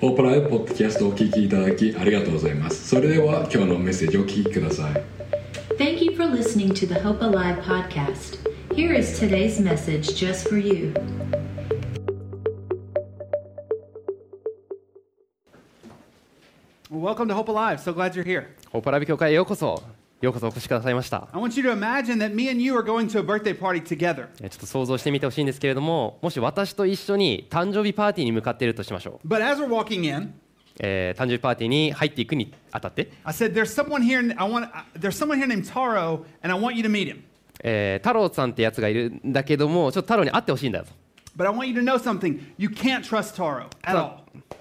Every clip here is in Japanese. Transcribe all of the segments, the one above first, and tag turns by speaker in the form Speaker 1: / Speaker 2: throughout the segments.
Speaker 1: ポープライブポッドキャストをお聞きいただきありがとうございますそれでは今日のメッセージをお聞きください
Speaker 2: Thank you for listening to the Hope Alive podcast. Here is today's message just for you.
Speaker 3: Well, welcome to Hope Alive. So glad you're here.
Speaker 4: ホープラビ協会へようこそようこそお越しくださいました
Speaker 3: I want you to imagine that me and you are going to a birthday party together.
Speaker 4: えーちょっと想像してみてほしいんですけれどももし私と一緒に誕生日パーティーに向かっているとしましょう、
Speaker 3: But as we're walking in,
Speaker 4: えー誕生日パーティーに入っていくにあたって、
Speaker 3: I said, "There's someone here. I want. I- there's someone here named Taro, and I want you to meet him.
Speaker 4: えー太郎さんってやつがいるんだけどもちょっと太郎に会ってほしいんだよと
Speaker 3: But I want you to know something. You can't trust Taro at
Speaker 4: た
Speaker 3: all.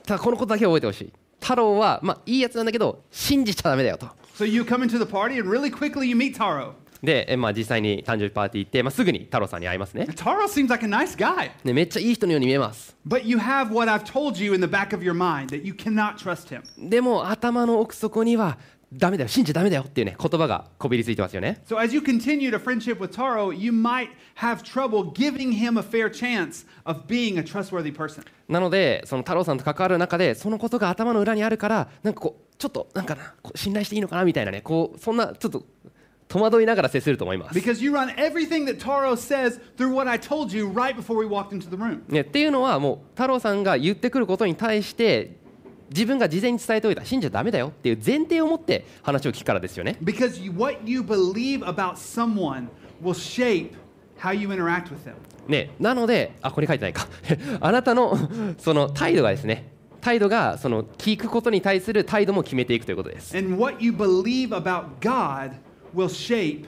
Speaker 4: ただこのことだけは覚えてほしい太郎はまあいいやつなんだけど信じちゃダメだよと
Speaker 3: So you come into the party, and really quickly you meet Taro.
Speaker 4: で、えーまあ、実際に誕生日パーティー行って、まあ、すぐに太郎さんに会いますね
Speaker 3: And Taro seems like a nice guy,
Speaker 4: ねめっちゃいい人のように見えます。
Speaker 3: but you have what I've told you in the back of your mind that you cannot trust him.
Speaker 4: でも頭の奥底には、ダメだよ、信じちゃダメだよっていうね、言葉がこびりついてますよね。
Speaker 3: So as you continue to friendship with Taro, you might have trouble giving him a fair chance of being a trustworthy person.
Speaker 4: なのでその太郎さんと関わる中でそのことが頭の裏にあるからなんかこうちょっとなんかなこう信頼していいのかなみたいなねこうそんなちょっと戸惑いながら接すると思います。
Speaker 3: Because you run everything that Taro says through what I told you right before we walked into the room.
Speaker 4: ね、っていうのはもう太郎さんが言ってくることに対して自分が事前に伝えておいた信じちゃダメだよっていう前提を持って話を聞くからですよね。
Speaker 3: Because you, what you believe about someone will shape how you interact with them.
Speaker 4: ね、なのであここに書いてないか あなたのその態度がですね態度がその聞くことに対する態度も決めていくということです。
Speaker 3: And what you believe about God will shape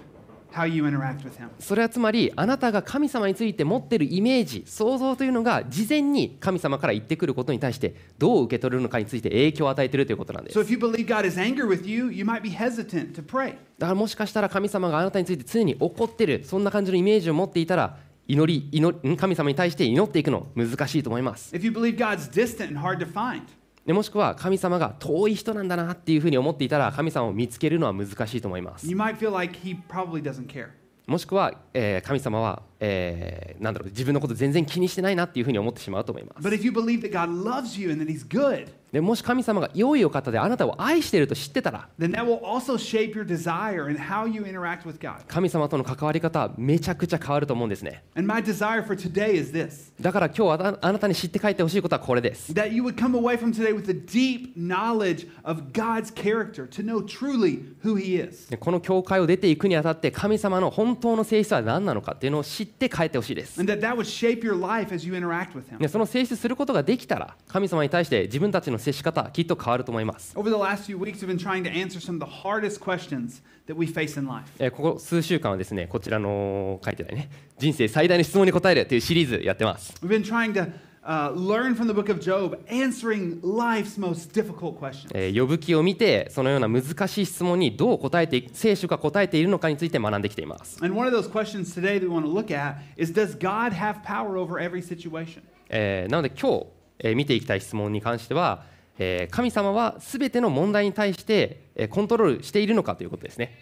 Speaker 3: how you interact with Him.
Speaker 4: それはつまりあなたが神様について持ってるイメージ想像というのが事前に神様から言ってくることに対してどう受け取れるのかについて影響を与えているということなんです
Speaker 3: So
Speaker 4: だ
Speaker 3: if you believe God is angry with you, you might be hesitant to pray.
Speaker 4: からもしかしたら神様があなたについて常に怒ってるそんな感じのイメージを持っていたら祈り祈りん神様に対して祈っていくの難しいと思います
Speaker 3: If you believe God's distant and hard to find.
Speaker 4: でもしくは神様が遠い人なんだなっていうふうに思っていたら神様を見つけるのは難しいと思います
Speaker 3: You might feel like he probably doesn't care.
Speaker 4: もしくは、えー神様は、えーなんだろう自分のこと全然気にしてないなっていうふうに思ってしまうと思います
Speaker 3: But if you believe that God loves you and that he's good,
Speaker 4: でもし神様が良いお方であなたを愛していると知ってたら
Speaker 3: then that will also shape your desire and how you interact with God.
Speaker 4: 神様との関わり方はめちゃくちゃ変わると思うんですね
Speaker 3: And my desire for today is this
Speaker 4: だから今日あなあなたに知って帰ってほしいことはこれです
Speaker 3: that you would come away from today with a deep knowledge of God's character, to know truly who he is.
Speaker 4: でこの教会を出ていくにあたって神様の本当の性質は何なのかっていうのを知って帰ってほしいです
Speaker 3: And that that would shape your life as you interact with him.
Speaker 4: でその性質することができたら神様に対して自分たちの接し方きっと変わると思います、
Speaker 3: Over the last few weeks, we've been trying to answer some of the hardest questions that we face in life.
Speaker 4: えーここ数週間はですねこちらの書いてないね人生最大の質問に答えるというシリーズやってます
Speaker 3: We've been trying to uh, learn from the book of Job, answering life's most difficult questions.
Speaker 4: えー呼ぶ記を見てそのような難しい質問にどう答えてい聖書が答えているのかについて学んできています、
Speaker 3: And one of those questions today that we want to look at is Does God have power over every situation?
Speaker 4: えーなので今日、えー見ていきたい質問に関しては、えー神様はすべての問題に対して、えーコントロールしているのかということですね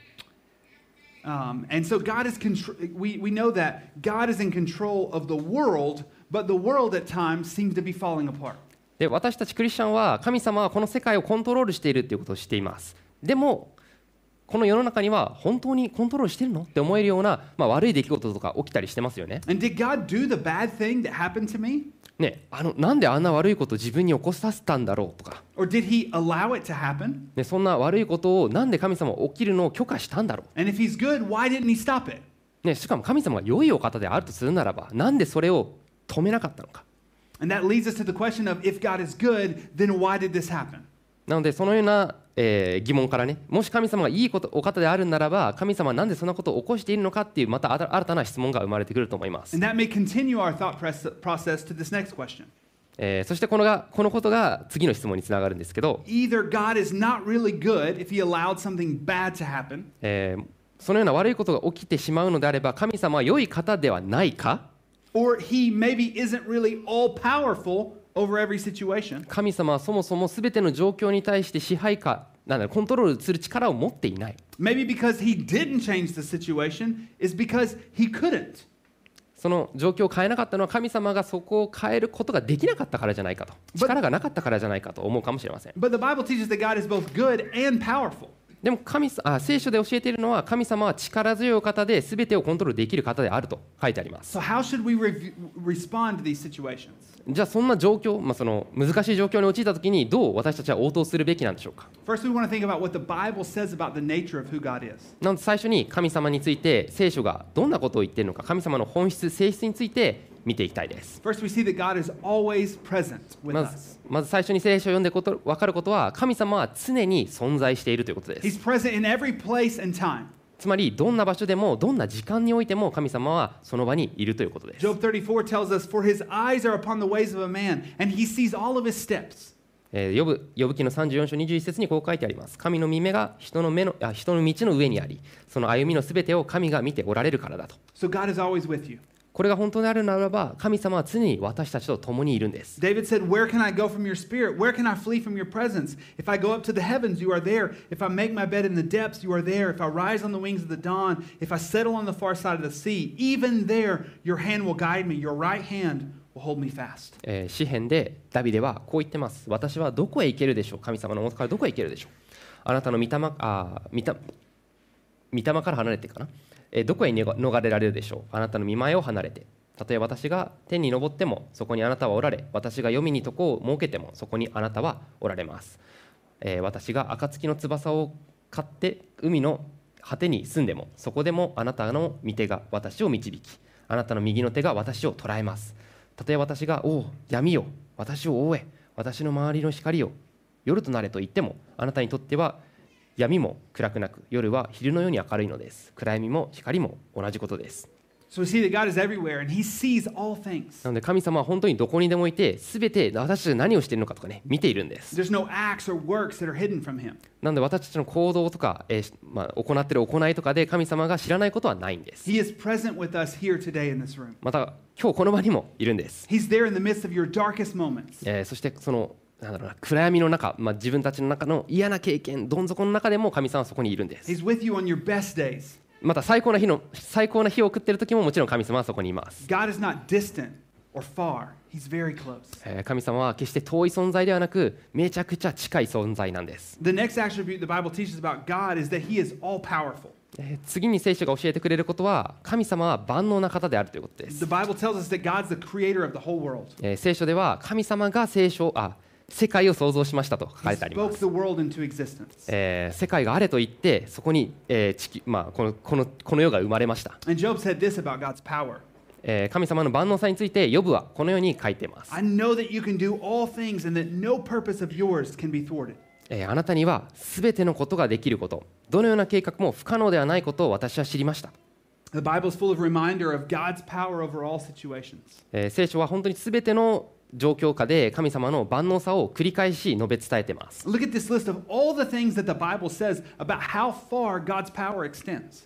Speaker 3: Um, and so God is contr- we, we know that God is in control of the world, but the world at times seems to be falling apart.
Speaker 4: で私たちクリスチャンは神様はこの世界をコントロールしているということを知っていますでもこの世の中には本当にコントロールしてるのって思えるような、まあ、悪い出来事とか起きたりしてますよね
Speaker 3: And did God do the bad thing that happened to me?
Speaker 4: ねあのなんであんな悪いことを自分に起こさせたんだろうとか
Speaker 3: Or did he allow it to happen?
Speaker 4: ね、そんな悪いことをなんで神様は起きるのを許可したんだろ
Speaker 3: And if he's good, why didn't he stop it?
Speaker 4: う、ね、しかも神様が良いお方であるとするならばなんでそれを止めなかったのか
Speaker 3: And that leads us to the question of if God is good, then why did this happen?
Speaker 4: なのでそのような、えー疑問からねもし神様がいいことお方であるならば神様はなんでそんなことを起こしているのかっていうまたあた新たな質問が生まれてくると思います
Speaker 3: And、that may continue our thought press- process to this next question.
Speaker 4: えーそしてこのがこのことが次の質問につながるんですけど、
Speaker 3: either God is not really good if he allowed something bad to happen,
Speaker 4: えーそのような悪いことが起きてしまうのであれば神様は良い方ではないか
Speaker 3: or he maybe isn't really all powerful over every situation,
Speaker 4: 神様はそもそも全ての状況に対して支配下なんだろうコントロールする力を持っていない
Speaker 3: maybe because he didn't change the situation is because he couldn't.
Speaker 4: そその状況を変えなかったのは神様がそこを変えることができなかったからじゃないかと
Speaker 3: But-
Speaker 4: 力がなかったからじゃないかと思うかもしれません
Speaker 3: But the Bible teaches that God is both good and powerful.
Speaker 4: でも神さあ聖書で教えているのは神様は力強いお方で全てをコントロールできる方であると書いてあります
Speaker 3: So, how should we rev- respond to these situations?
Speaker 4: じゃあそんな状況、まあ、その難しい状況に陥った時にどう私たちは応答するべきなんでしょうか
Speaker 3: First, we want to think about what the Bible says about the nature of who God is.
Speaker 4: なので最初に神様について聖書がどんなことを言っているのか神様の本質性質について見ていきたいです
Speaker 3: First, we see that God is always present with
Speaker 4: ま
Speaker 3: us.
Speaker 4: ずまず最初に聖書を読んでこと分かることは神様は常に存在しているということで
Speaker 3: He's
Speaker 4: す
Speaker 3: present in every place and time.
Speaker 4: つまりどんな場所でもどんな時間においても神様はその場にいるということです
Speaker 3: Job 34 tells us, For his eyes are upon the ways of a man, and he sees all of his steps.
Speaker 4: えー、ヨブヨブ記の34章21節にこう書いてあります神の御目が人の目のあ人の道の上にありその歩みのすべてを神が見ておられるからだと
Speaker 3: So, God is always with you.
Speaker 4: これが本当であるならば神様は常に私たちと共にいるんです
Speaker 3: David said, Where can I go from your spirit? Where can I flee from your presence? If I go up to the heavens, you are there. If I make my bed in the depths, you are there. If I rise on the wings of the dawn, if I settle on the far side of the sea, even there your hand will guide me, your right hand will hold me fast.
Speaker 4: えー詩篇でダビデはこう言ってます私はどこへ行けるでしょう神様の元からどこへ行けるでしょうあなたの御霊あー御霊御霊から離れてかな、えーどこへ逃逃れられるでしょうあなたの御前を離れてたとえ私が天に昇ってもそこにあなたはおられ私が黄泉に床を設けてもそこにあなたはおられます、えー私が暁の翼を買って海の果てに住んでもそこでもあなたの御手が私を導きあなたの右の手が私を捉えますたとえ私が「おう闇よ私を覆え私の周りの光よ夜となれ」と言ってもあなたにとっては闇も暗くなく夜は昼のように明るいのです暗闇も光も同じことです
Speaker 3: So we see that God is everywhere and he sees all things.
Speaker 4: なので神様は本当にどこにでもいて全て私たちが何をしているのかとかね見ているんです
Speaker 3: There's no acts or works that are hidden from him.
Speaker 4: なので私たちの行動とか、えーしまあ、行っている行いとかで神様が知らないことはないんです
Speaker 3: He is present with us here today in this room.
Speaker 4: また今日この場にもいるんです、
Speaker 3: He's there in the midst of your darkest moments.
Speaker 4: えーそしてそのなんだろうな暗闇の中、まあ、自分たちの中の嫌な経験どん底の中でも神様はそこにいるんです
Speaker 3: He's with you on your best days.
Speaker 4: また最高な日の最高な日を送っている時ももちろん神様はそこにいます、
Speaker 3: God is not distant or far, He's very close.
Speaker 4: えー神様は決して遠い存在ではなくめちゃくちゃ近い存在なんです、
Speaker 3: The next attribute the Bible teaches about God is that He is all powerful.
Speaker 4: えー次に聖書が教えてくれることは神様は万能な方であるということで
Speaker 3: The
Speaker 4: す、
Speaker 3: Bible tells us that God's the creator of the whole world.
Speaker 4: えー聖書では神様が聖書あ世界を創造しましたと書か
Speaker 3: He
Speaker 4: れてありま
Speaker 3: spoke
Speaker 4: す
Speaker 3: the world into existence.
Speaker 4: えー世界があれと言ってそこに、えー地球まあ、このこのこの世が生まれました、
Speaker 3: And Job said this about God's power
Speaker 4: えー神様の万能さについてヨブはこのように書いています
Speaker 3: I know that you can do all things and that no purpose of yours can be thwarted.
Speaker 4: えーあなたにはすべてのことができることどのような計画も不可能ではないことを私は知りました、
Speaker 3: The Bible is full of reminder of God's power over all situations.
Speaker 4: えー聖書は本当にすべての状況下で神様の万能さを繰り返し述べ伝えています
Speaker 3: Look at this list of all the things that the Bible says about how far God's power extends.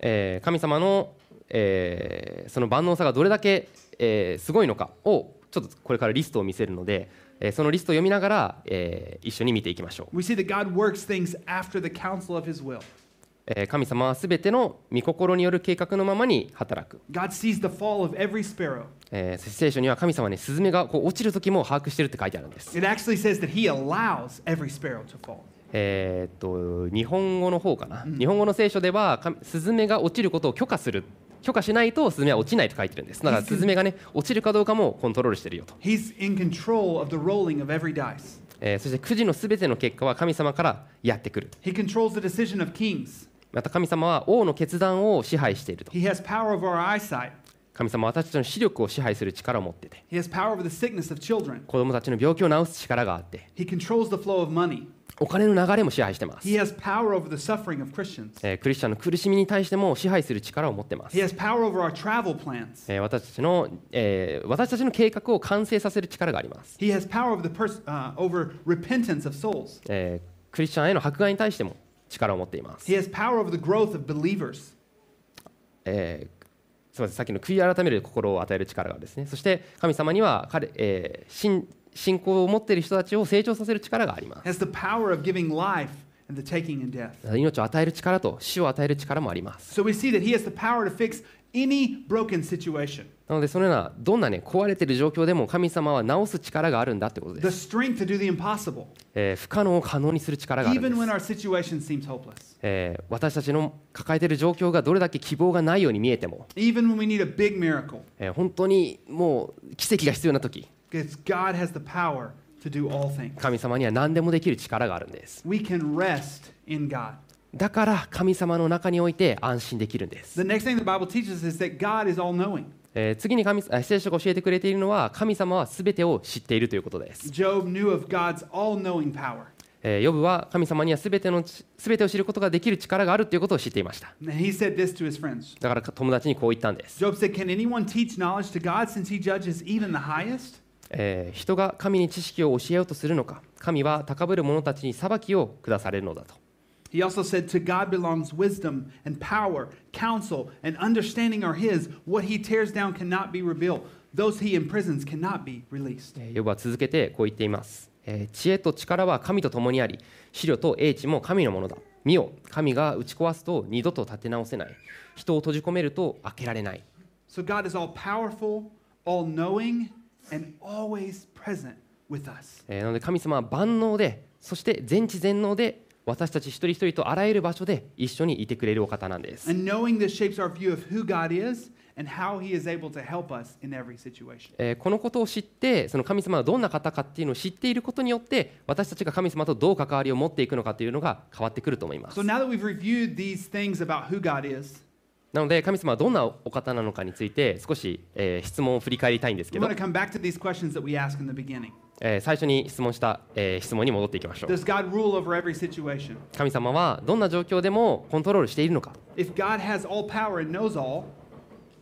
Speaker 4: えー神様の、えーその万能さがどれだけ、えーすごいのかをちょっとこれからリストを見せるので、えーそのリストを読みながら、えー一緒に見ていきましょう
Speaker 3: We see that God works things after the counsel of His will.
Speaker 4: えー神様はすべての御心による計画のままに働く、
Speaker 3: God sees the fall of every sparrow.
Speaker 4: えー聖書には神様はねスズメがこう落ちる時も把握してるって書いてあるんです、
Speaker 3: It actually says that He allows every sparrow to fall.
Speaker 4: えーっと日本語の方かな、日本語の聖書ではかスズメが落ちることを許可する許可しないとスズメは落ちないと書いてるんですだからスズメがね落ちるかどうかもコントロールしてるよと、
Speaker 3: He's in control of the rolling of every dice.
Speaker 4: えーそしてくじのすべての結果は神様からやってくる
Speaker 3: He controls the decision of kings.
Speaker 4: また神様は王の決断を支配していると
Speaker 3: He has power over our eyesight.
Speaker 4: 神様は私たちの視力を支配する力を持ってて
Speaker 3: He has power over the sickness of children.
Speaker 4: 子供たちの病気を治す力があって
Speaker 3: He controls the flow of money.
Speaker 4: お金の流れも支配してます
Speaker 3: He has power over the suffering of Christians.
Speaker 4: えークリスチャンの苦しみに対しても支配する力を持ってます
Speaker 3: He、has power over our travel plans.
Speaker 4: えー私たちの、えー私たちの計画を完成させる力があります、
Speaker 3: He has power over the pers- uh, over repentance of souls.
Speaker 4: えークリスチャンへの迫害に対しても力を持っています、
Speaker 3: He has power over the growth of believers.
Speaker 4: えーすみませんさっきの悔い改める心を与える力がですねそして神様には彼、えー信信仰を持っている人たちを成長させる力があります
Speaker 3: Has the power of giving life and the taking in death.
Speaker 4: 命を与える力と死を与える力もあります、
Speaker 3: So we see that he has the power to fix any broken situation.
Speaker 4: なのでそのようなどんなね壊れてる状況でも神様は治す力があるんだってことで
Speaker 3: The
Speaker 4: す、
Speaker 3: strength to do the impossible,
Speaker 4: えー不可能を可能にする力があるんで
Speaker 3: even
Speaker 4: す
Speaker 3: when、our situation seems hopeless,
Speaker 4: えー私たちの抱えてる状況がどれだけ希望がないように見えても、
Speaker 3: even when we need a big miracle,
Speaker 4: えー本当にもう奇跡が必要な時
Speaker 3: because God has the power to do all things.
Speaker 4: 神様には何でもできる力があるんです
Speaker 3: We can rest in God.
Speaker 4: だから神様の中において安心できるんです、
Speaker 3: The next thing the Bible teaches us is that God is all knowing.
Speaker 4: えー次に神あ聖書が教えてくれているのは神様は全てを知っているということです、
Speaker 3: Job knew of God's all knowing power.
Speaker 4: えーヨブは神様には全てのち全てを知ることができる力があるということを知っていました
Speaker 3: And he said this to his friends
Speaker 4: だから友達にこう言ったんです、
Speaker 3: Job said, Can anyone teach knowledge to God since he judges even the highest?
Speaker 4: えー人が神に知識を教えようとするのか神は高ぶる者たちに裁きを下されるのだと
Speaker 3: He also said, To God belongs wisdom and power, counsel, and understanding are His. What He tears down cannot be rebuilt, those He imprisons cannot be released.
Speaker 4: えーヨブは続けてこう言っています、えー知恵と力は神と共にあり資料と英知も神のものだ見よ神が打ち壊すと二度と立て直せない人を閉じ込めると開けられない
Speaker 3: So God is all powerful, all knowing, and always present with us.
Speaker 4: えーなので神様は万能でそして全知全能で私たち一人一人とあらゆる場所で一緒にいてくれるお方なんです、
Speaker 3: And knowing this shapes our view of who God is and how He is able to help us in every situation.
Speaker 4: えーこのことを知ってその神様はどんな方かっていうのを知っていることによって私たちが神様とどう関わりを持っていくのかというのが変わってくると思います
Speaker 3: So now that we've reviewed these things about who God is,
Speaker 4: なので神様はどんなお方なのかについて少し、えー質問を振り返りたいんですけ
Speaker 3: we're
Speaker 4: ど
Speaker 3: going to、come back to these questions that we asked in the beginning.
Speaker 4: えー最初に質問した、えー質問に戻っていきましょう
Speaker 3: Does God rule over every situation?
Speaker 4: 神様はどんな状況でもコントロールしているのか
Speaker 3: If God has all power and knows all,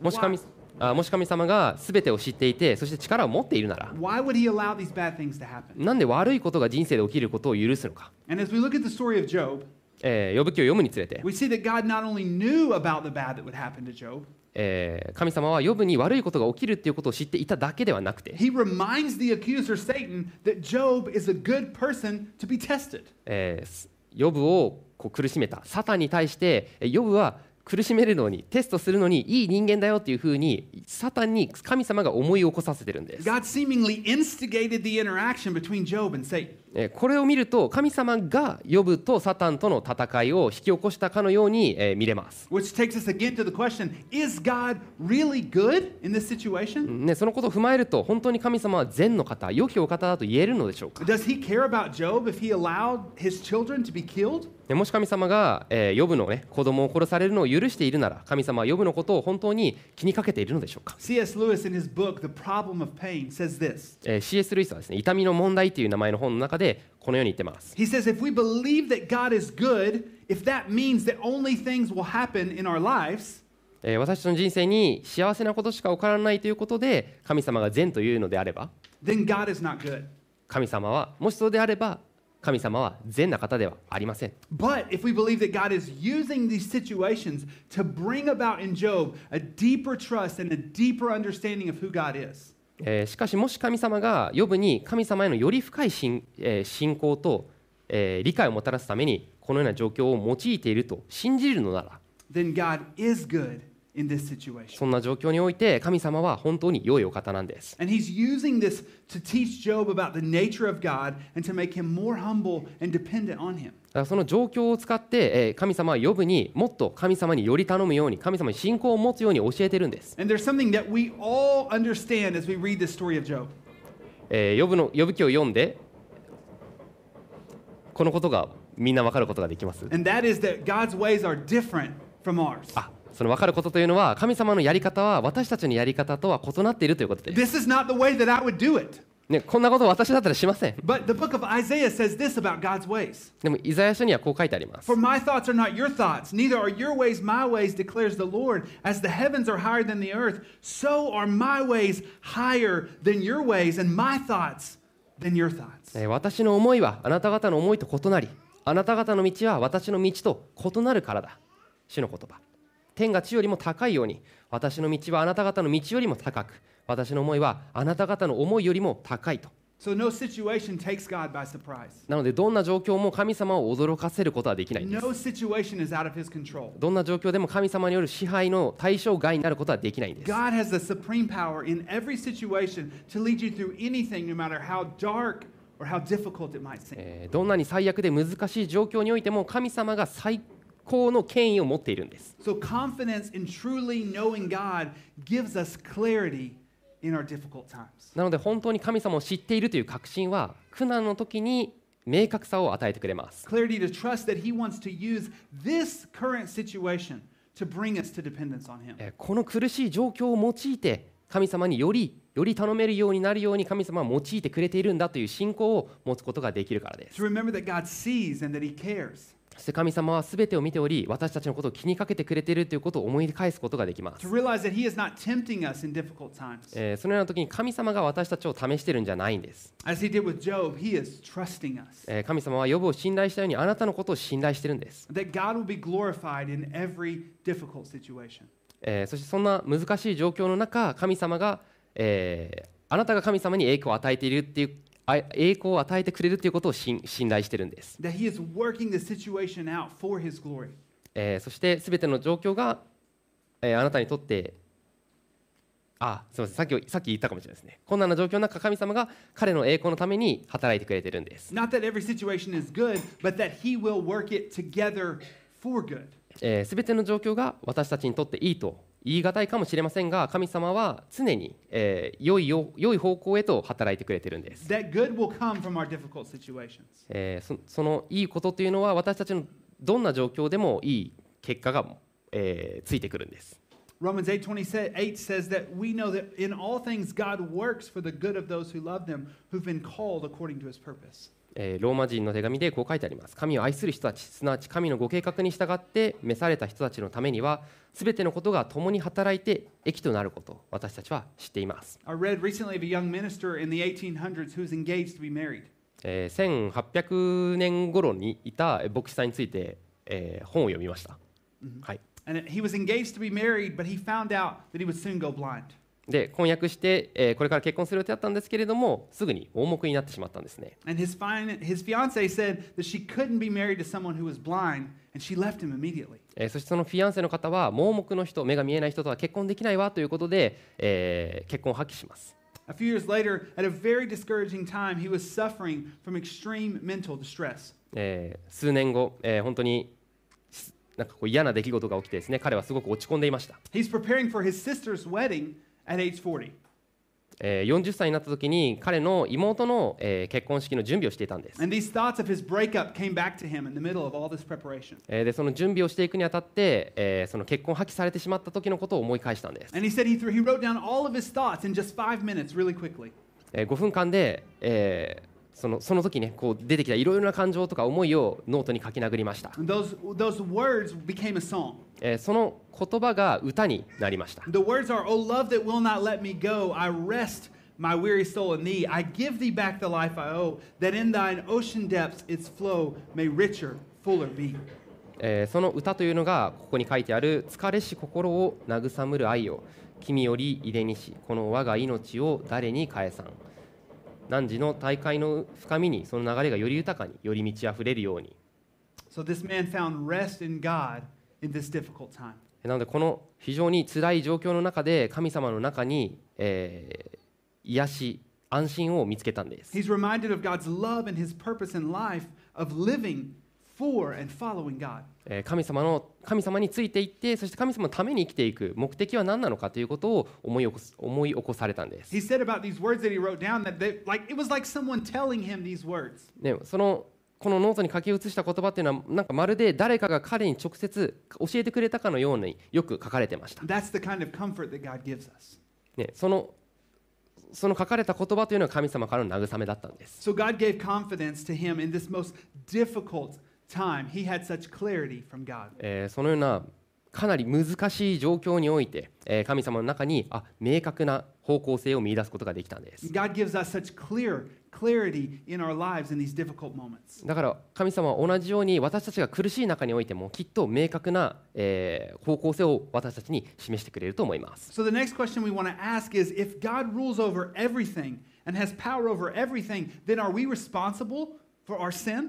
Speaker 4: もし神
Speaker 3: Why?
Speaker 4: あもし神様が全てを知っていてそして力を持っているなら
Speaker 3: Why would he allow these bad things to happen?
Speaker 4: なんで悪いことが人生で起きることを許すのか、
Speaker 3: And as we look at the story of Job,
Speaker 4: えー、呼ぶ記を読むにつれて、
Speaker 3: we see that God not only knew about the bad that would happen to Job,
Speaker 4: えー神様は呼ぶに悪いことが起きるっていうことを知っていただけではなくて、
Speaker 3: he reminds the accuser Satan that Job is a good person to be tested.
Speaker 4: えー、呼ぶをこう苦しめたサタンに対してえー呼ぶは苦しめるのにテストするのにいい人間だよっていうふうにサタンに神様が思い起こさせてるんです、
Speaker 3: God seemingly instigated the interaction between Job and Satan.
Speaker 4: えーこれを見ると神様が呼ぶとサタンとの戦いを引き起こしたかのように、えー見れます、
Speaker 3: Which takes us again to the question is God really good in this situation?
Speaker 4: ね、そのことを踏まえると本当に神様は善の方良きお方だと言えるのでしょうか
Speaker 3: Does he care about Job if he allowed his children to be killed?
Speaker 4: でもし神様が、えー、ヨブの、ね、子供を殺されるのを許しているなら神様はヨブのことを本当に気にかけているのでしょうか、
Speaker 3: C.S. Lewis, in his book, The Problem of Pain, says this.
Speaker 4: えー CS ルイスはですね痛みの問題という名前の本の中でこのように言ってます、
Speaker 3: He says, if we believe that God is good, if that means that only things will happen in our lives,
Speaker 4: えー私たちの人生に幸せなことしか起こらないということで神様が善というのであれば
Speaker 3: then God is not good.
Speaker 4: 神様はもしそうであれば神様は善な方ではありません
Speaker 3: But if we believe that God is using these situations to bring about in Job a deeper trust and a deeper understanding of who God is,
Speaker 4: えーしかしもし神様がヨブに神様へのより深い信,、えー信仰と、えー理解をもたらすためにこのような状況を用いていると信じるのなら
Speaker 3: then God is good in this situation.
Speaker 4: そんな状況において神様は本当に良いお方なんです、
Speaker 3: And he's using this to teach Job about the nature of God and to make him more humble and dependent on him.
Speaker 4: だからその状況を使って、えー神様は呼ぶにもっと神様により頼むように神様に信仰を持つように教えてるんです、
Speaker 3: And there's something that we all understand as we read this story of Job.
Speaker 4: えー、呼ぶの呼ぶ記を読んでこのことがみんな分かることができます、
Speaker 3: And that is that God's ways are different from ours.
Speaker 4: あその分かることというのは神様のやり方は私たちのやり方とは異なっているということで
Speaker 3: This
Speaker 4: す、
Speaker 3: is not the way that I would do it.
Speaker 4: ね、こんなこと私だったらしません
Speaker 3: But the book of Isaiah says this about God's ways
Speaker 4: でもイザヤ書にはこう書いてあります
Speaker 3: For my thoughts are not your thoughts, neither are your ways my ways, declares the Lord. As the heavens are higher than the earth, so are my ways higher than your ways, and my thoughts than your thoughts.
Speaker 4: えー私の思いはあなた方の思いと異なりあなた方の道は私の道と異なるからだ主の言葉天が地よりも高いように私の道はあなた方の道よりも高く私の思いはあなた方の思いよりも高いと
Speaker 3: So no situation takes God by surprise.
Speaker 4: なのでどんな状況も神様を驚かせることはできないんです
Speaker 3: No situation is out of his control.
Speaker 4: どんな状況でも神様による支配の対象外になることはできないんです
Speaker 3: God has the supreme power in every situation to lead you through anything, no matter how dark or how difficult it might seem.
Speaker 4: えーどんなに最悪で難しい状況においても神様が最高の権威を持っているんです
Speaker 3: So confidence in truly knowing God gives us clarity in our difficult times.
Speaker 4: なので本当に神様を知っているという確信は苦難の時に明確さを与えてくれます
Speaker 3: Clarity to trust that he wants to use this current situation to bring us to dependence on him.
Speaker 4: えーこの苦しい状況を用いて神様によりより頼めるようになるように神様は用いてくれているんだという信仰を持つことができるからです
Speaker 3: To remember that God sees and that he cares.
Speaker 4: そして神様は全てを見ており私たちのことを気にかけてくれているということを思い返すことができま
Speaker 3: To
Speaker 4: す、
Speaker 3: realize that he is not tempting us in difficult times.
Speaker 4: えーそのような時に神様が私たちを試してるんじゃないんです、
Speaker 3: As he did with Job, he is trusting us.
Speaker 4: えー神様は呼ぶを信頼したようにあなたのことを信頼してるんです、
Speaker 3: That God will be glorified in every difficult situation.
Speaker 4: えーそしてそんな難しい状況の中神様が、えーあなたが神様に栄光を与えているっていうあ栄光を与えてくれるということを信信頼してるんです、
Speaker 3: That he is working the situation out for his glory.
Speaker 4: えーそして全ての状況が、えーあなたにとってあすみませんさっきさっき言ったかもしれないですね困難な状況の中神様が彼の栄光のために働いてくれてるんです
Speaker 3: Not that every situation is good, but that he will work it together for good.
Speaker 4: えー、全ての状況が私たちにとっていいと言い難いかもしれませんが神様は常に、えー良いよ良い方向へと働いてくれてるんです、
Speaker 3: That good will come from our difficult situations.
Speaker 4: えーそそのいいことというのは私たちのどんな状況でもいい結果が、えーついてくるんです
Speaker 3: Romans 8 28 says that we know that in all things God works for the good of those who love them, who've been called according to his purpose.
Speaker 4: えーローマ人の手紙でこう書いてあります神を愛する人たちすなわち神のご計画に従って召された人たちのためには全てのことが共に働いて益となることを私たちは知っています
Speaker 3: I read recently of a young minister in the 1800s who was engaged to be married.
Speaker 4: えー1800年頃にいたえー牧師さんについて、えー本を読みました、はい、
Speaker 3: And he was engaged to be married, but he found out that he would soon go blind.
Speaker 4: で婚約して、えーこれから結婚する予定だったんですけれどもすぐに盲目になってしまったんですね、
Speaker 3: And his, fin- his fiance said that she couldn't be married to someone who was blind, and she left him immediately.
Speaker 4: えーそしてそのフィアンセの方は盲目の人目が見えない人とは結婚できないわということで、えー結婚を破棄します、
Speaker 3: A few years later, at a very discouraging time, he was suffering from extreme mental distress.
Speaker 4: えー数年後、えー本当にすなんかこう嫌な出来事が起きてですね彼はすごく落ち込んでいました、
Speaker 3: He's preparing for his sister's wedding at age 40.
Speaker 4: えー40歳になった時に彼の妹の、えー結婚式の準備をしていたんです、
Speaker 3: And these thoughts of his breakup came back to him in the middle of all this preparation.
Speaker 4: えーでその準備をしていくにあたって、えーその結婚を破棄されてしまった時のことを思い返したんです、
Speaker 3: And he said he, threw, he wrote down all of his thoughts in just five minutes, really quickly.
Speaker 4: え5分間で、えーそのその時ねこう出てきたいろいろな感情とか思いをノートに書き殴りました、
Speaker 3: And those, those words became a song.
Speaker 4: えーその言葉が歌になりました、
Speaker 3: The words are, O love that will not let me go, I rest my weary soul in thee. I give thee back the life I owe, that in thine ocean depths its flow may richer, fuller be.
Speaker 4: えーその歌というのがここに書いてある「疲れし心を慰むる愛を君より入れにしこの我が命を誰に返さん」汝の大会の深みにその流れがより豊かにより満ち溢れるように
Speaker 3: So this man found rest in God in this difficult time.
Speaker 4: なのでこの非常に辛い状況の中で神様の中に、えー癒し安心を見つけたんです、
Speaker 3: He's reminded of God's love and his purpose in life, of living for and following God.
Speaker 4: えー神様の神様についていってそして神様のために生きていく目的は何なのかということを思い起こす思い起こされたんです
Speaker 3: He、said about these words that he wrote down that they, like it was like someone telling him these words.
Speaker 4: ね、そのこのノートに書き写した言葉っていうのはなんかまるで誰かが彼に直接教えてくれたかのようによく書かれてました、
Speaker 3: That's the kind of comfort that God gives us.
Speaker 4: ね、そのその書かれた言葉というのは神様からの慰めだったんです
Speaker 3: So God gave confidence to him in this most difficult time. He had such clarity from God.
Speaker 4: えーそのようなかなり難しい状況において、えー神様の中にあ明確な方向性を見出すことができたんです
Speaker 3: God gives us such clear clarity in our lives in these difficult moments.
Speaker 4: だから神様は同じように私たちが苦しい中においてもきっと明確な、えー方向性を私たちに示してくれると思います、
Speaker 3: So the next question we want to ask is if God rules over everything and has power over everything, then are we responsible for our sin?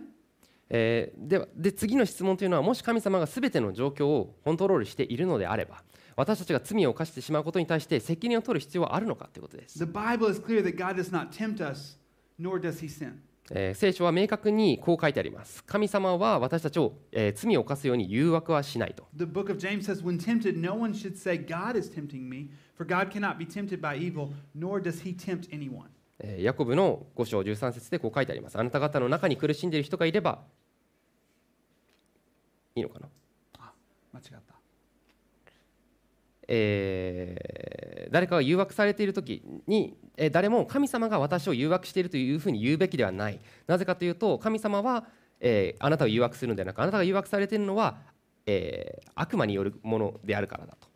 Speaker 4: えーではで次の質問というのはもし神様が全ての状況をコントロールしているのであれば私たちが罪を犯してしまうことに対して責任を取る必要はあるのかということです、
Speaker 3: The Bible is clear that God does not tempt us, nor does he sin.
Speaker 4: えー聖書は明確にこう書いてあります神様は私たちを、えー罪を犯すように誘惑はしないと
Speaker 3: The book of James says, When tempted, no one should say, God is tempting me, for God cannot be tempted by evil, nor does he tempt anyone.
Speaker 4: えーヤコブの5章13節でこう書いてありますあなた方の中に苦しんでいる人がいればいいのかな、
Speaker 3: 間違った。
Speaker 4: えー誰かが誘惑されている時に、えー誰も神様が私を誘惑しているというふうに言うべきではないなぜかというと神様は、えーあなたを誘惑するのではなくあなたが誘惑されているのは、えー悪魔によるものであるからだと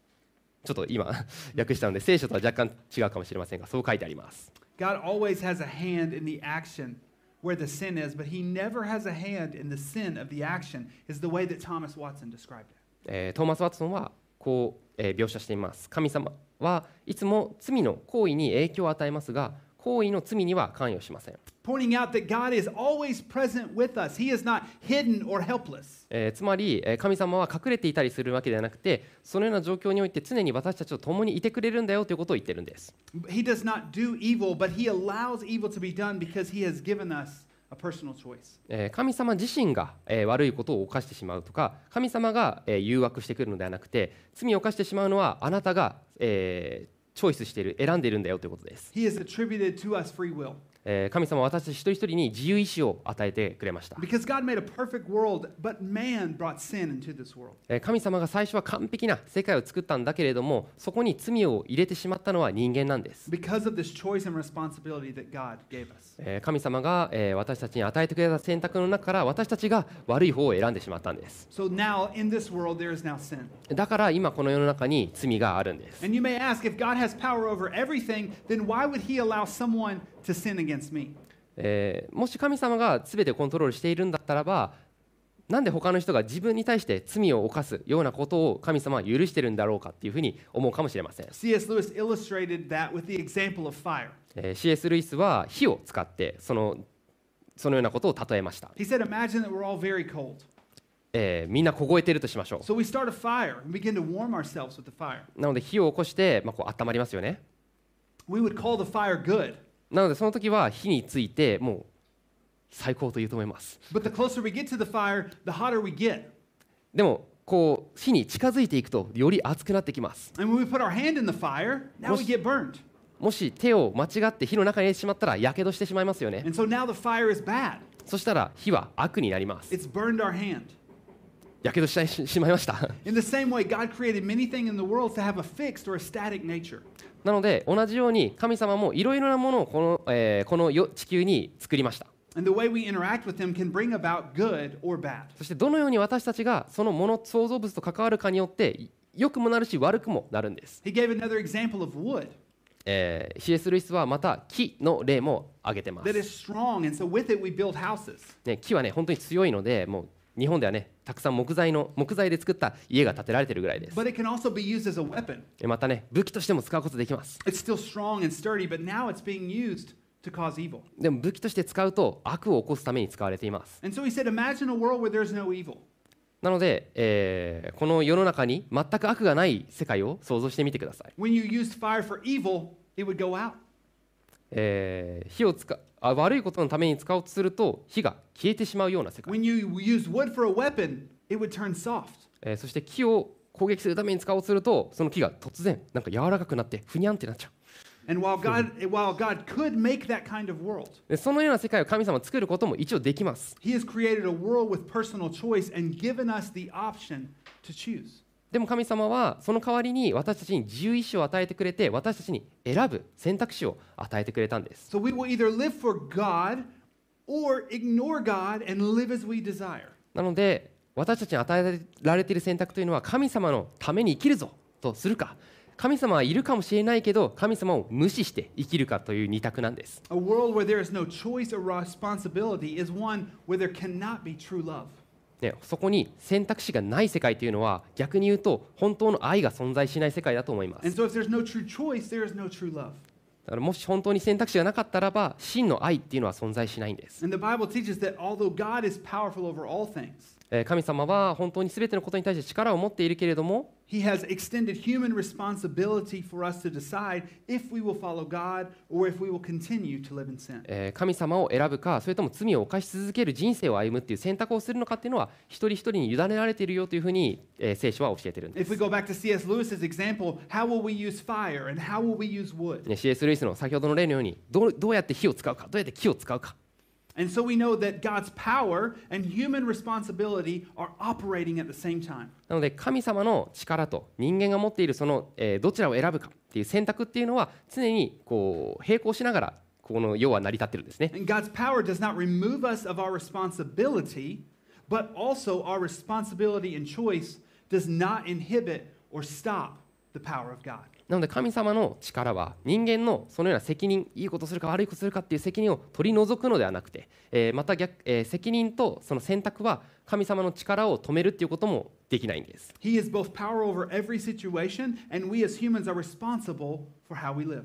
Speaker 4: ちょっと今 略したので聖書とは若干違うかもしれませんがそう書いてあります
Speaker 3: God always has a hand in the action where the sin is, but he never has a hand in the sin of the action, is the way that Thomas Watson described it.
Speaker 4: えートーマス・ワトソンはこう、えー描写しています神様はいつも罪の行為に影響を与えますが行為の罪には関与しません、
Speaker 3: Pointing out that God is always present with us, he is not hidden or helpless.
Speaker 4: えーつまり、えー神様は隠れていたりするわけではなくてそのような状況において常に私たちと共にいてくれるんだよということを言ってるんです、
Speaker 3: He does not do evil, but he allows evil to be done because he has given us a personal choice.
Speaker 4: えー神様自身が、えー悪いことを犯してしまうとか神様が、えー誘惑してくるのではなくて罪を犯してしまうのはあなたが、えーチョイスしている選んでいるんだよということです、
Speaker 3: He has attributed to us free will.
Speaker 4: えー神様は私たち一人一人に自由意志を与えてくれました
Speaker 3: Because God made a perfect world, but man brought sin into this world.
Speaker 4: えー神様が最初は完璧な世界を作ったんだけれどもそこに罪を入れてしまったのは人間なんです、
Speaker 3: Because of this choice and responsibility that God gave us.
Speaker 4: えー神様が、えー私たちに与えてくれた選択の中から私たちが悪い方を選んでしまったんです
Speaker 3: So now in this world, there is now sin.
Speaker 4: だから今この世の中に罪があるんです、
Speaker 3: And you may ask if God has power over everything, then why would he allow someone to sin against me?
Speaker 4: えーもし神様が全てコントロールしているんだったらばなんで他の人が自分に対して罪を犯すようなことを神様は許してるんだろうかっていうふうに思うかもしれません、
Speaker 3: C.S. Lewis illustrated that with the example of fire.
Speaker 4: えー CS ルイスは火を使ってそのそのようなことを例えました、
Speaker 3: He said, Imagine that we're all very cold.
Speaker 4: えーみんな凍えてるとしましょう
Speaker 3: So we start a fire and begin to warm ourselves with the fire.
Speaker 4: なので火を起こして、まあ、こう温まりますよね。
Speaker 3: We would call the fire good,
Speaker 4: なのでその時は火についてもう最高と言うと思います。
Speaker 3: but the closer we get to the fire, the hotter we get.
Speaker 4: でもこう火に近づいていくとより熱くなってきます。
Speaker 3: And when we put our hand in the fire, now we
Speaker 4: What's-
Speaker 3: get burned.
Speaker 4: もし手を間違って火の中に入れてしまったら火傷してしまいますよね。
Speaker 3: And so now the fire is bad.
Speaker 4: そしたら火は悪になります。
Speaker 3: It's burned our hand.
Speaker 4: 火傷してししまいました。
Speaker 3: In the same way, God created many things in the world to have a fixed or a static nature.
Speaker 4: なので同じように神様もいろいろなものをこの,、えーこの世地球に作りました。
Speaker 3: And the way we interact with Him can bring about good or bad.
Speaker 4: そしてどのように私たちがそのもの創造物と関わるかによって良くもなるし悪くもなるんです。
Speaker 3: He gave another example of wood
Speaker 4: えー、CS ルイスはまた木の例も挙げてます
Speaker 3: that、is strong, and so with it we build houses.
Speaker 4: ね、木はね本当に強いのでもう日本ではねたくさん木材の木材で作った家が建てられてるぐらいです
Speaker 3: But it can also be used as a weapon.
Speaker 4: えまたね武器としても使うことできます
Speaker 3: It's still strong and sturdy, but now it's being used to cause evil.
Speaker 4: でも武器として使うと悪を起こすために使われています
Speaker 3: And so He said, Imagine a world where there's no evil.
Speaker 4: なので、えーこの世の中に全く悪がない世界を想像してみてください、
Speaker 3: When you used fire for evil, it would go out.
Speaker 4: えー火を使あ悪いことのために使おうとすると火が消えてしまうような世界、
Speaker 3: When you used wood for a weapon, it would turn soft.
Speaker 4: えーそして木を攻撃するために使おうとするとその木が突然なんか柔らかくなってふにゃんってなっちゃう
Speaker 3: And while God, while God could make that kind of world,
Speaker 4: でそのような世界を神様は作ることも一応できます。
Speaker 3: He has created a world with personal choice and given us the option to choose.
Speaker 4: でも神様はその代わりに私たちに自由意志を与えてくれて私たちに選ぶ選択肢を与えてくれたんです。
Speaker 3: So we will either live for God or ignore God and live as we desire.
Speaker 4: なので私たちに与えられている選択というのは神様のために生きるぞとするか神様はいるかもしれないけど神様を無視して生きるかという二択なんです。
Speaker 3: A world where there is no choice or responsibility is one where there cannot be true love.
Speaker 4: ね、そこに選択肢がない世界というのは逆に言うと本当の愛が存在しない世界だと思います
Speaker 3: And。so if there's no true choice, there is no true love.
Speaker 4: だからもし本当に選択肢がなかったらば真の愛っていうのは存在しないんです、
Speaker 3: And the Bible teaches that although God is powerful over all things,
Speaker 4: えー神様は本当に全てのことに対して力を持っているけれども
Speaker 3: He has extended human responsibility for us to decide if we will follow God or if we will continue to live in sin.
Speaker 4: えー神様を選ぶかそれとも罪を犯し続ける人生を歩むっていう選択をするのかっていうのは一人一人に委ねられているよというふうに、えー聖書は教えてるんで
Speaker 3: If
Speaker 4: す
Speaker 3: we。go back to C.S. Lewis's example, how will we use fire and how will we use wood?
Speaker 4: ね CS ルイスの先ほどの例のようにどうどうやって火を使うかどうやって木を使うか
Speaker 3: And so we know that God's power and human responsibility are operating at the same time.
Speaker 4: なので神様の力と人間が持っているその、えーどちらを選ぶかっていう選択っていうのは常にこう並行しながらこの世は成り立ってるんですね
Speaker 3: And God's power does not remove us of our responsibility, but also our responsibility and choice does not inhibit or stop the power of God.
Speaker 4: なので神様の力は人間のそのような責任いいことするか悪いことするかっていう責任を取り除くのではなくて、えーまた逆、えー責任とその選択は神様の力を止めるっていうこともできないんです
Speaker 3: He is both power over every situation, and we as humans are responsible for how we live.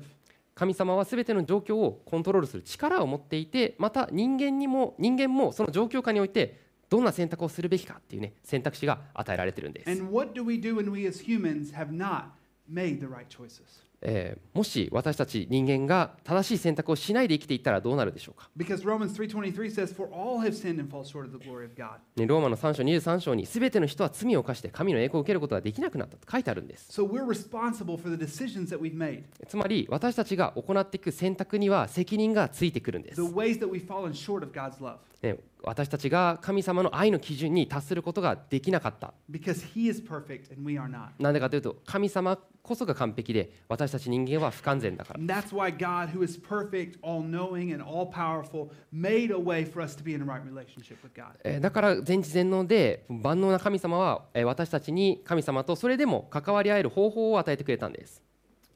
Speaker 4: 神様は全ての状況をコントロールする力を持っていてまた人間にも人間もその状況下においてどんな選択をするべきかっていうね選択肢が与えられてるんです、
Speaker 3: And what do we do when we as humans have not made the right choices?
Speaker 4: えーもし私たち人間が正しい選択をしないで生きていったらどうなるでしょうか、
Speaker 3: Because Romans 3:23 says, "For all have sinned and fall short of the glory of God."
Speaker 4: ね、ローマの3章23章に全ての人は罪を犯して神の栄光を受けることができなくなったと書いてあるんです
Speaker 3: So we're responsible for the decisions that we've made,
Speaker 4: つまり私たちが行っていく選択には責任がついてくるんです
Speaker 3: the、ways that we've fallen short of God's love,
Speaker 4: ね、私たちが神様の愛の基準に達することができなかった
Speaker 3: because He is perfect and we are not.
Speaker 4: なんでかというと神様こそが完璧で私たち人間は不完全だから、
Speaker 3: And that's why God, who is perfect, all-knowing, and all-powerful, made a way for us to be in a right relationship with God.
Speaker 4: えーだから全知全能で万能な神様は、えー私たちに神様とそれでも関わり合える方法を与えてくれたんです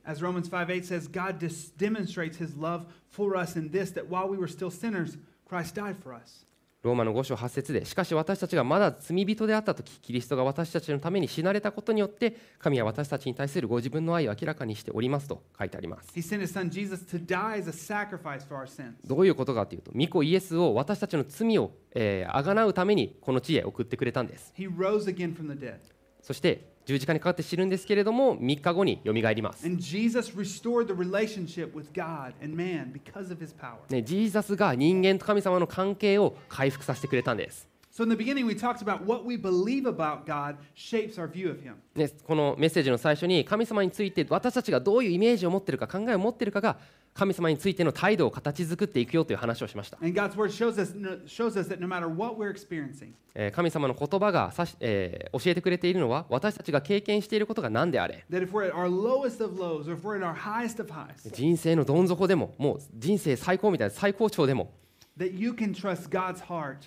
Speaker 3: As Romans 5:8 says, God dis- demonstrates his love for us in this that while we were still sinners, Christ died for us.
Speaker 4: ローマの5章8節でしかし私たちがまだ罪人であった時キリストが私たちのために死なれたことによって神は私たちに対するご自分の愛を明らかにしておりますと書いてあります
Speaker 3: He sent his son Jesus to die as a sacrifice for our sins.
Speaker 4: どういうことかというと巫女イエスを私たちの罪をえーあがなうためにこの地へ送ってくれたんです
Speaker 3: He rose again from the dead.
Speaker 4: そして十字架にかかって死ぬんですけれども3日後によみがえります
Speaker 3: And Jesus restored the relationship with God and man because of his power.
Speaker 4: ね、ジーザスが人間と神様の関係を回復させてくれたんです。
Speaker 3: So in the beginning we talked about what we believe about God shapes our view of him.
Speaker 4: ね、このメッセージの最初に神様について私たちがどういうイメージを持ってるか考えを持ってるかが神様についての態度を形作っていくよという話をしました、
Speaker 3: And God's word shows us no- shows us that no matter what we're experiencing,
Speaker 4: えー神様の言葉がさし、えー教えてくれているのは私たちが経験していることが何であれ
Speaker 3: that if we're at our lowest of lows or if we're at our highest of highs,
Speaker 4: 人生のどん底でももう人生最高みたいな最高潮でも
Speaker 3: that you can trust God's heart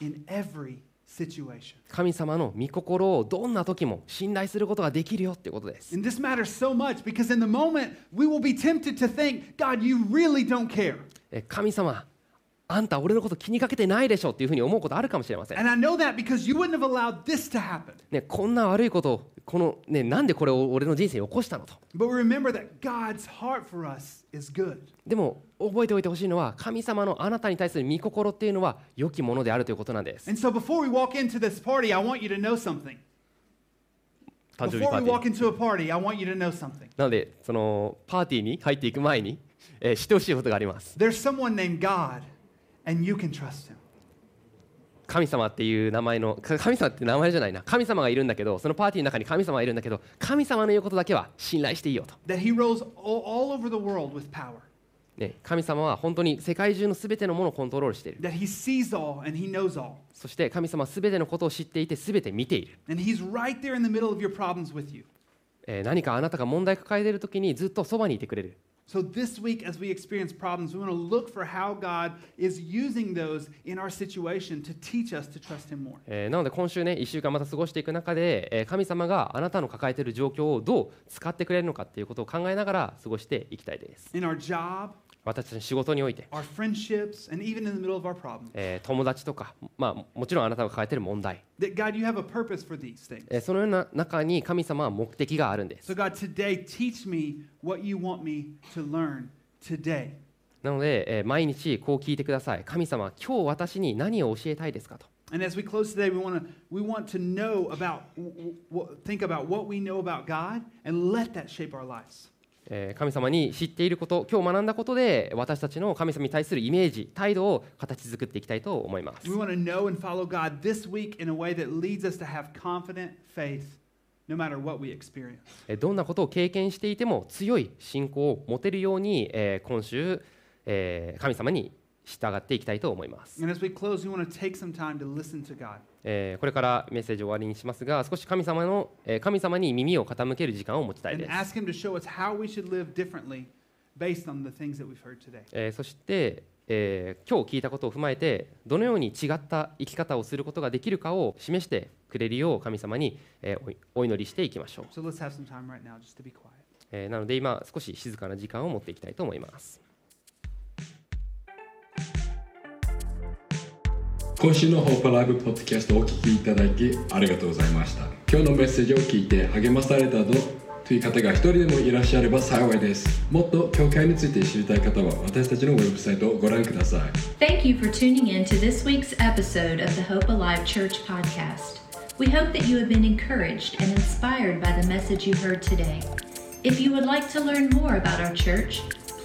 Speaker 3: in every situation.
Speaker 4: 神様の御心をどんな時も信頼することができるよってことです
Speaker 3: And this matters so much because in the moment we will be tempted to think, God, you really don't care.
Speaker 4: えー神様あんた俺のこと気にかけてないでしょっていうふうに思うことあるかもしれません
Speaker 3: And I know that because you wouldn't have allowed this to happen.
Speaker 4: ね、こんな悪いことをこの、ね、なんでこれを俺の人生に起こしたのと
Speaker 3: But remember that God's heart for us is good.
Speaker 4: でも覚えておいてほしいのは神様のあなたに対する御心っていうのは良きものであるということなんです
Speaker 3: And so before we walk into this party, I want you to know something.
Speaker 4: 誕生日
Speaker 3: Before
Speaker 4: パー
Speaker 3: we
Speaker 4: ティー
Speaker 3: walk into a party, I want you to know something.
Speaker 4: なのでそのパーティーに入っていく前に、えー知ってほしいことがあります
Speaker 3: There's someone named God, and you can trust him.
Speaker 4: 神様っていう名前のか神様って名前じゃないな神様がいるんだけどそのパーティーの中に神様がいるんだけど神様の言うことだけは信頼していいよと、
Speaker 3: That he rose all, all over the world with power.
Speaker 4: ね、神様は本当に世界中の全てのものをコントロールしている
Speaker 3: That he sees all and he knows all.
Speaker 4: そして神様は全てのことを知っていて全て見ている
Speaker 3: And he's right there in the middle of your problems with you.
Speaker 4: えー何かあなたが問題抱えている時にずっとそばにいてくれる
Speaker 3: So this week, as we experience problems, we want to look for how God is using those in our situation to teach us to trust Him more.
Speaker 4: えーなので今週ね1週間また過ごしていく中で、えー神様があなたの抱えている状況をどう使ってくれるのかっていうことを考えながら過ごしていきたいです
Speaker 3: In our job,
Speaker 4: 私たちの仕事において、
Speaker 3: our friendships, and even in the middle of our problems.
Speaker 4: えー友達とか、まあ、ももちろんあなたが抱えている問題、
Speaker 3: That God, you have a purpose for these things.
Speaker 4: えーそのような中に神様は目的があるんです
Speaker 3: So, God, today, teach me what you want me to learn today.
Speaker 4: なので、えー毎日こう聞いてください。神様、今日私に何を教えたいですかと。
Speaker 3: And as we close today, we want to we want to know about w- w- w- think about what we know about God and let that shape our lives.
Speaker 4: えー神様に知っていること、今日学んだことで、私たちの神様に対するイメージ、態度を形作っていきたいと思います
Speaker 3: We。want to know and follow God this week in a way that leads us to have confident faith no matter what we experience.
Speaker 4: えーどんなことを経験していても強い信仰を持てるように、えー今週、えー神様に従っていきたいと思います、
Speaker 3: And as we close, we want to take some time to listen to God.
Speaker 4: えーこれからメッセージを終わりにしますが少し神様の、えー神様に耳を傾ける時間を持ちたい
Speaker 3: and
Speaker 4: です、
Speaker 3: ask Him to show us how we should live differently based on the things that we've heard today.
Speaker 4: えーそして、えー今日聞いたことを踏まえてどのように違った生き方をすることができるかを示してくれるよう神様に、えーおお祈りしていきましょう、
Speaker 3: So let's have some time right now just to be quiet.
Speaker 4: えーなので今少し静かな時間を持っていきたいと思います
Speaker 1: 今週のホープライブポッドキャストをお聞きいただきありがとうございました今日のメッセージを聞いて励まされたぞという方が一人でもいらっしゃれば幸いですもっと教会について知りたい方は私たちのウェブサイトをご覧ください
Speaker 2: Thank you for tuning in to this week's episode of the Hope Alive Church podcast. We hope that you have been encouraged and inspired by the message you heard today. If you would like to learn more about our church,